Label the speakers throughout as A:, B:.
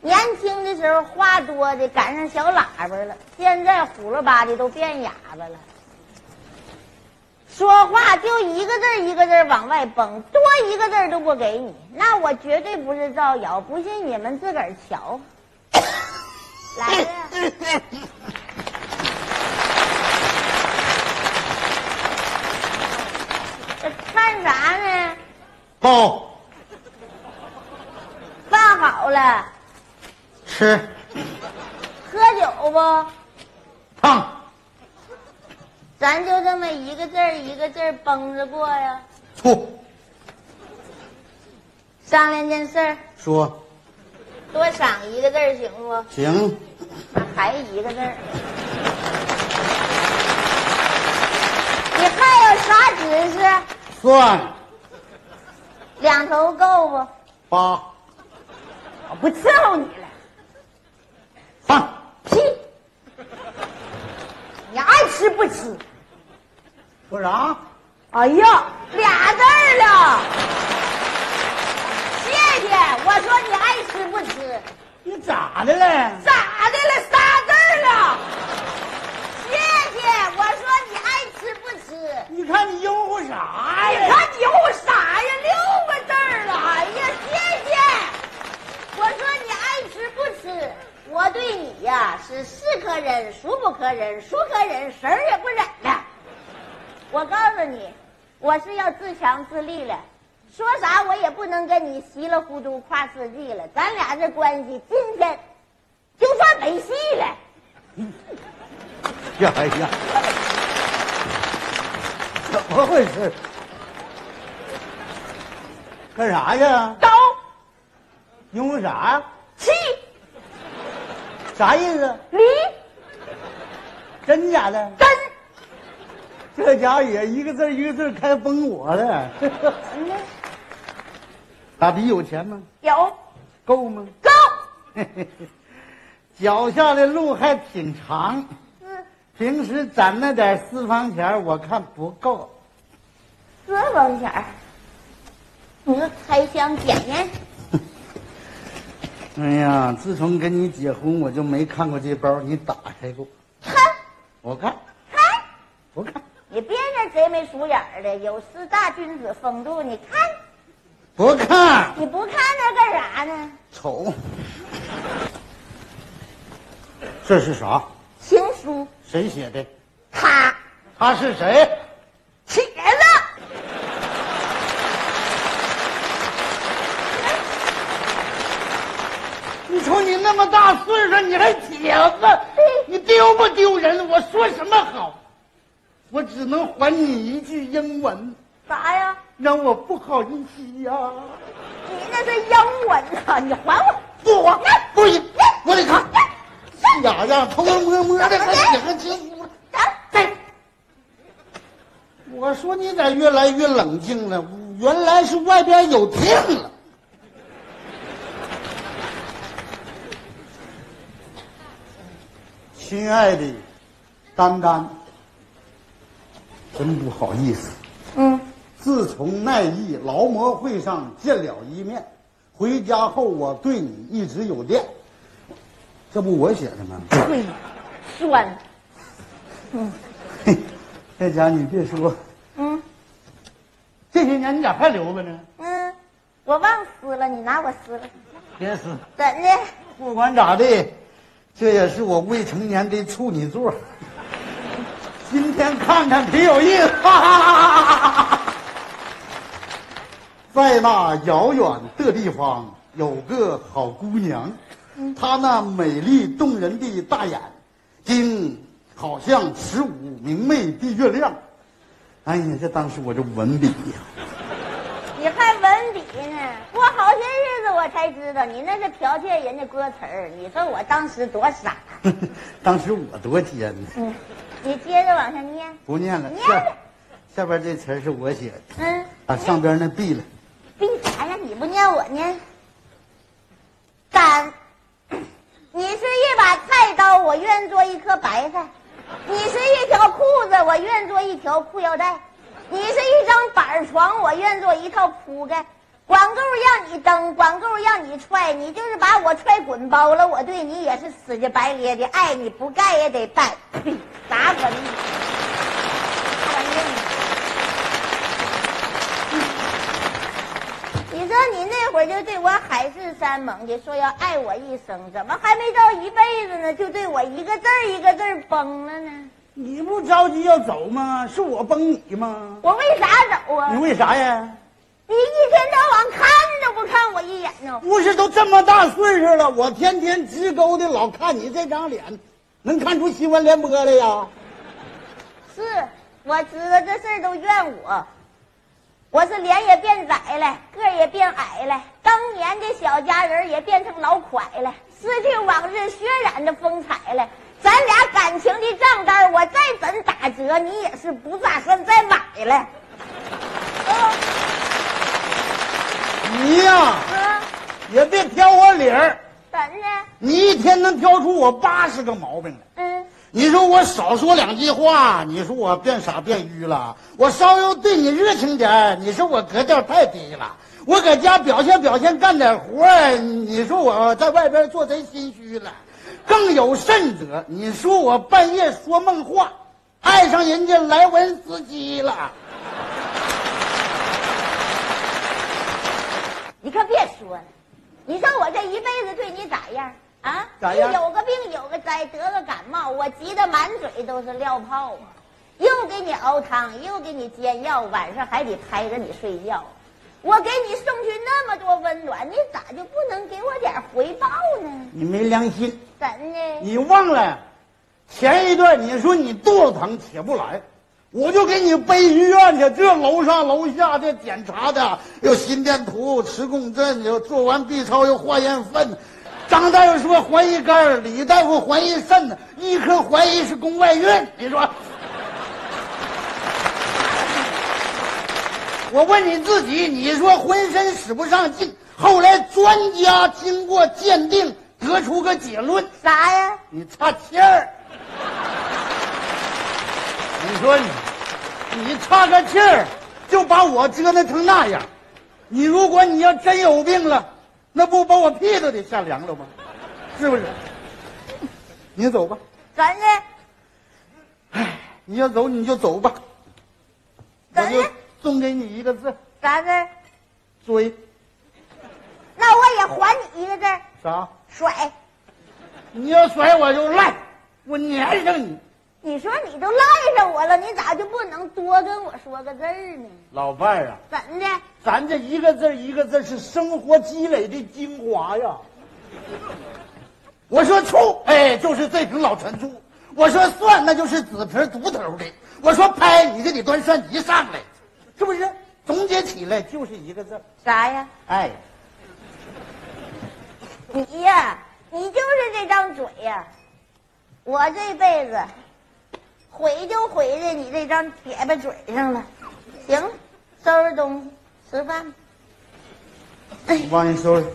A: 年轻的时候话多的赶上小喇叭了，现在虎了吧的都变哑巴了。说话就一个字儿一个字儿往外蹦，多一个字儿都不给你，那我绝对不是造谣，不信你们自个儿瞧。 来呀，这饭啥呢？
B: 包
A: 饭好了，
B: 吃
A: 喝酒不？
B: 胖
A: 咱就这么一个字儿一个字儿蹦着过呀。
B: 醋
A: 商量件事儿，
B: 说
A: 多赏一个字儿行不？
B: 行，
A: 还一个字儿。你还有啥指示？
B: 算
A: 两头够不？
B: 八
A: 我不伺候你了。
B: 饭，
A: 屁！你爱吃不吃？
B: 说啥？
A: 哎呀，俩字儿了。谢谢，我说你爱吃不吃？
B: 你咋的了？
A: 咋的了？仨字儿了。谢谢，我说你爱吃不吃？
B: 你看你悠乎啥
A: 哎呀，
B: 呀？
A: 看你我傻呀，六个字儿了。哎呀，谢谢。我说你爱吃不吃？我对你呀、是是可忍，孰不可忍，孰可忍，谁儿也不忍了。我告诉你，我是要自强自立了。说啥我也不能跟你稀里糊涂跨世纪了，咱俩这关系今天就算没戏了。
B: 呀哎呀， 怎么回事？干啥去啊？
A: 高
B: 因为啥呀？
A: 气
B: 啥意思？
A: 离
B: 真假的？
A: 根，
B: 这家伙也一个字儿一个字儿开崩我了。
A: 嗯，
B: 大比有钱吗？
A: 有
B: 够吗？
A: 高，
B: 嘿嘿嘿脚下的路还挺长，
A: 嗯。
B: 平时攒那点私房钱儿我看不够。
A: 私房钱儿，你说开箱检验，
B: 哎呀，自从跟你结婚，我就没看过这包，你打开过？
A: 哼
B: 我看，
A: 哼，
B: 我看，
A: 你别那贼眉鼠眼儿的，有四大君子风度，你看
B: 不看，
A: 你不看那干啥呢？
B: 瞅。这是啥？
A: 情书，
B: 谁写的？
A: 他
B: 他是谁？
A: 茄子，
B: 你瞅你那么大岁数，你还茄子，你丢不丢人？我说什么好？我只能还你一句英文，
A: 啥呀？
B: 让我不好意思呀、
A: 你那是英文呐、你还我！
B: 不还，不行，我得看。哎呀呀，偷偷摸摸的，还写还情书。
A: 走走
B: 我说你咋越来越冷静了？原来是外边有听了。亲爱的，丹丹，真不好意思，
A: 嗯，
B: 自从那一劳模会上见了一面，回家后我对你一直有恋。这不我写的吗？
A: 对，酸，
B: 嘿，这家你别说，
A: 嗯
B: 这些年你咋还留着呢？
A: 嗯，我忘撕了，你拿我撕了，
B: 别死。
A: 怎的？
B: 不管咋的，这也是我未成年的处女座。 今天看看挺有意思， 哈哈哈哈哈哈在那遥远的地方，有个好姑娘，她那美丽动人的大眼睛，好像十五明媚的月亮。哎呀，这当时我这文笔呀、
A: 你还文笔呢？过好些日子我才知道，你那是剽窃人家歌词儿。你说我当时多傻？
B: 当时我多尖呢，
A: 嗯，你接着往下念。
B: 不念了，
A: 念
B: 下
A: 了
B: 下边这词儿是我写的。
A: 嗯，
B: 把上边那毙了。
A: 逼啥呀？你不念我念。敢， 你是一把菜刀，我愿做一颗白菜；你是一条裤子，我愿做一条裤腰带；你是一张板儿床，我愿做一套铺盖。管管够让你蹬，管够让你踹，你就是把我踹滚包了，我对你也是死乞白咧的，爱你不干也得 干，呸，啥玩意儿？啥玩意儿？你说你那会儿就对我海誓山盟的说要爱我一生，怎么还没到一辈子呢，就对我一个字儿一个字儿崩了呢？
C: 你不着急要走吗？是我崩你吗？
A: 我为啥走啊
C: 你？为啥呀？
A: 你一天到晚看都不看我一眼呢？
C: 不是都这么大岁数了，我天天直勾的老看你这张脸，能看出新闻联播来呀？
A: 是，我知道这事儿都怨我。我是脸也变窄了，个儿也变矮了，当年的小家人儿也变成老蒯了，失去往日血染的风采了。咱俩感情的账单儿，我再怎打折，你也是不打算再买了。哦，
C: 你呀、
A: 嗯，
C: 也别挑我理儿，
A: 怎的？
C: 你一天能挑出我八十个毛病来。
A: 嗯，
B: 你说我少说两句话，你说我变傻变迂了；我稍微对你热情点儿，你说我格调太低了；我搁家表现表现干点活儿，你说我在外边做贼心虚了。更有甚者，你说我半夜说梦话，爱上人家莱文斯基了。
A: 你可别说了，你说我这一辈子对你咋样啊？
C: 咋样
A: 你有个病有个灾，得个感冒，我急得满嘴都是尿泡啊！又给你熬汤，又给你煎药，晚上还得拍着你睡觉。我给你送去那么多温暖，你咋就不能给我点回报呢？
C: 你没良心，
A: 怎的？
C: 你忘了前一段你说你肚子疼起不来，
B: 我就给你背医院去，这楼上楼下这检查的，有心电图、磁共振，有做完 B 超又化验粪。张大夫说怀疑肝儿，李大夫怀疑肾，医科怀疑是宫外孕。你说，我问你自己，你说浑身使不上劲，后来专家经过鉴定得出个结论，
A: 啥呀？
B: 你差气儿。你说你，你差个气儿，就把我折腾成那样。你如果你要真有病了，那不把我屁都得吓凉了吗？是不是？ 你走吧，
A: 怎的？
B: 你要走你就走吧，我
A: 怎
B: 就
A: 的？
B: 送给你一个字
A: 咋的？
B: ——追。
A: 那我也还你一个字儿，
B: 啥？
A: 甩。
B: 你要甩我就赖，我粘上你。
A: 你说你都赖上我了，你咋就不能多跟我说个字儿呢？
C: 老伴儿啊，
A: 怎的？
C: 咱这一个字儿一个字儿是生活积累的精华呀。
B: 我说醋，哎，就是这瓶老陈醋；我说蒜，那就是紫皮独头的；我说拍，你就得端蒜泥上来，是不是？总结起来就是一个字儿
A: 啥呀？
B: 哎。
A: 你呀，你就是这张嘴呀！我这辈子毁就毁在你这张铁巴嘴上了。行，收拾东西，吃饭吧。哎
B: 我，帮你收拾。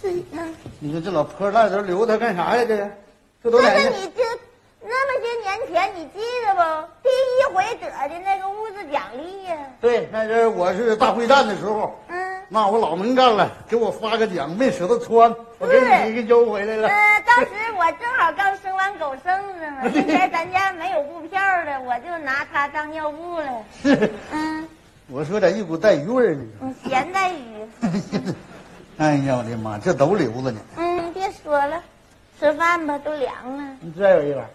A: 自己呢？
B: 你说这老破烂都留它干啥呀？这是，这都
A: 但
B: 哪
A: 是
B: 去？
A: 你这那么些年前，你记得不？第一回得的那个物质奖励呀、
B: 对，那阵儿我是大会战的时候，
A: 嗯。
B: 那我老能干了，给我发个奖，没舍得穿，我给你一个邮回来
A: 嗯、
B: 了。
A: 当时我正好刚生完狗剩子嘛，那天咱家没有布票了，我就拿它当尿布了。 嗯，
B: 我说咋一股带鱼味儿呢？
A: 嗯咸带鱼。
B: 哎呀，我的妈，这都留着呢。
A: 嗯，别说了，吃饭吧，都凉了。
C: 你再有一碗，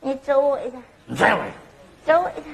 A: 你周我一下，
B: 你再玩。
A: 周我一下。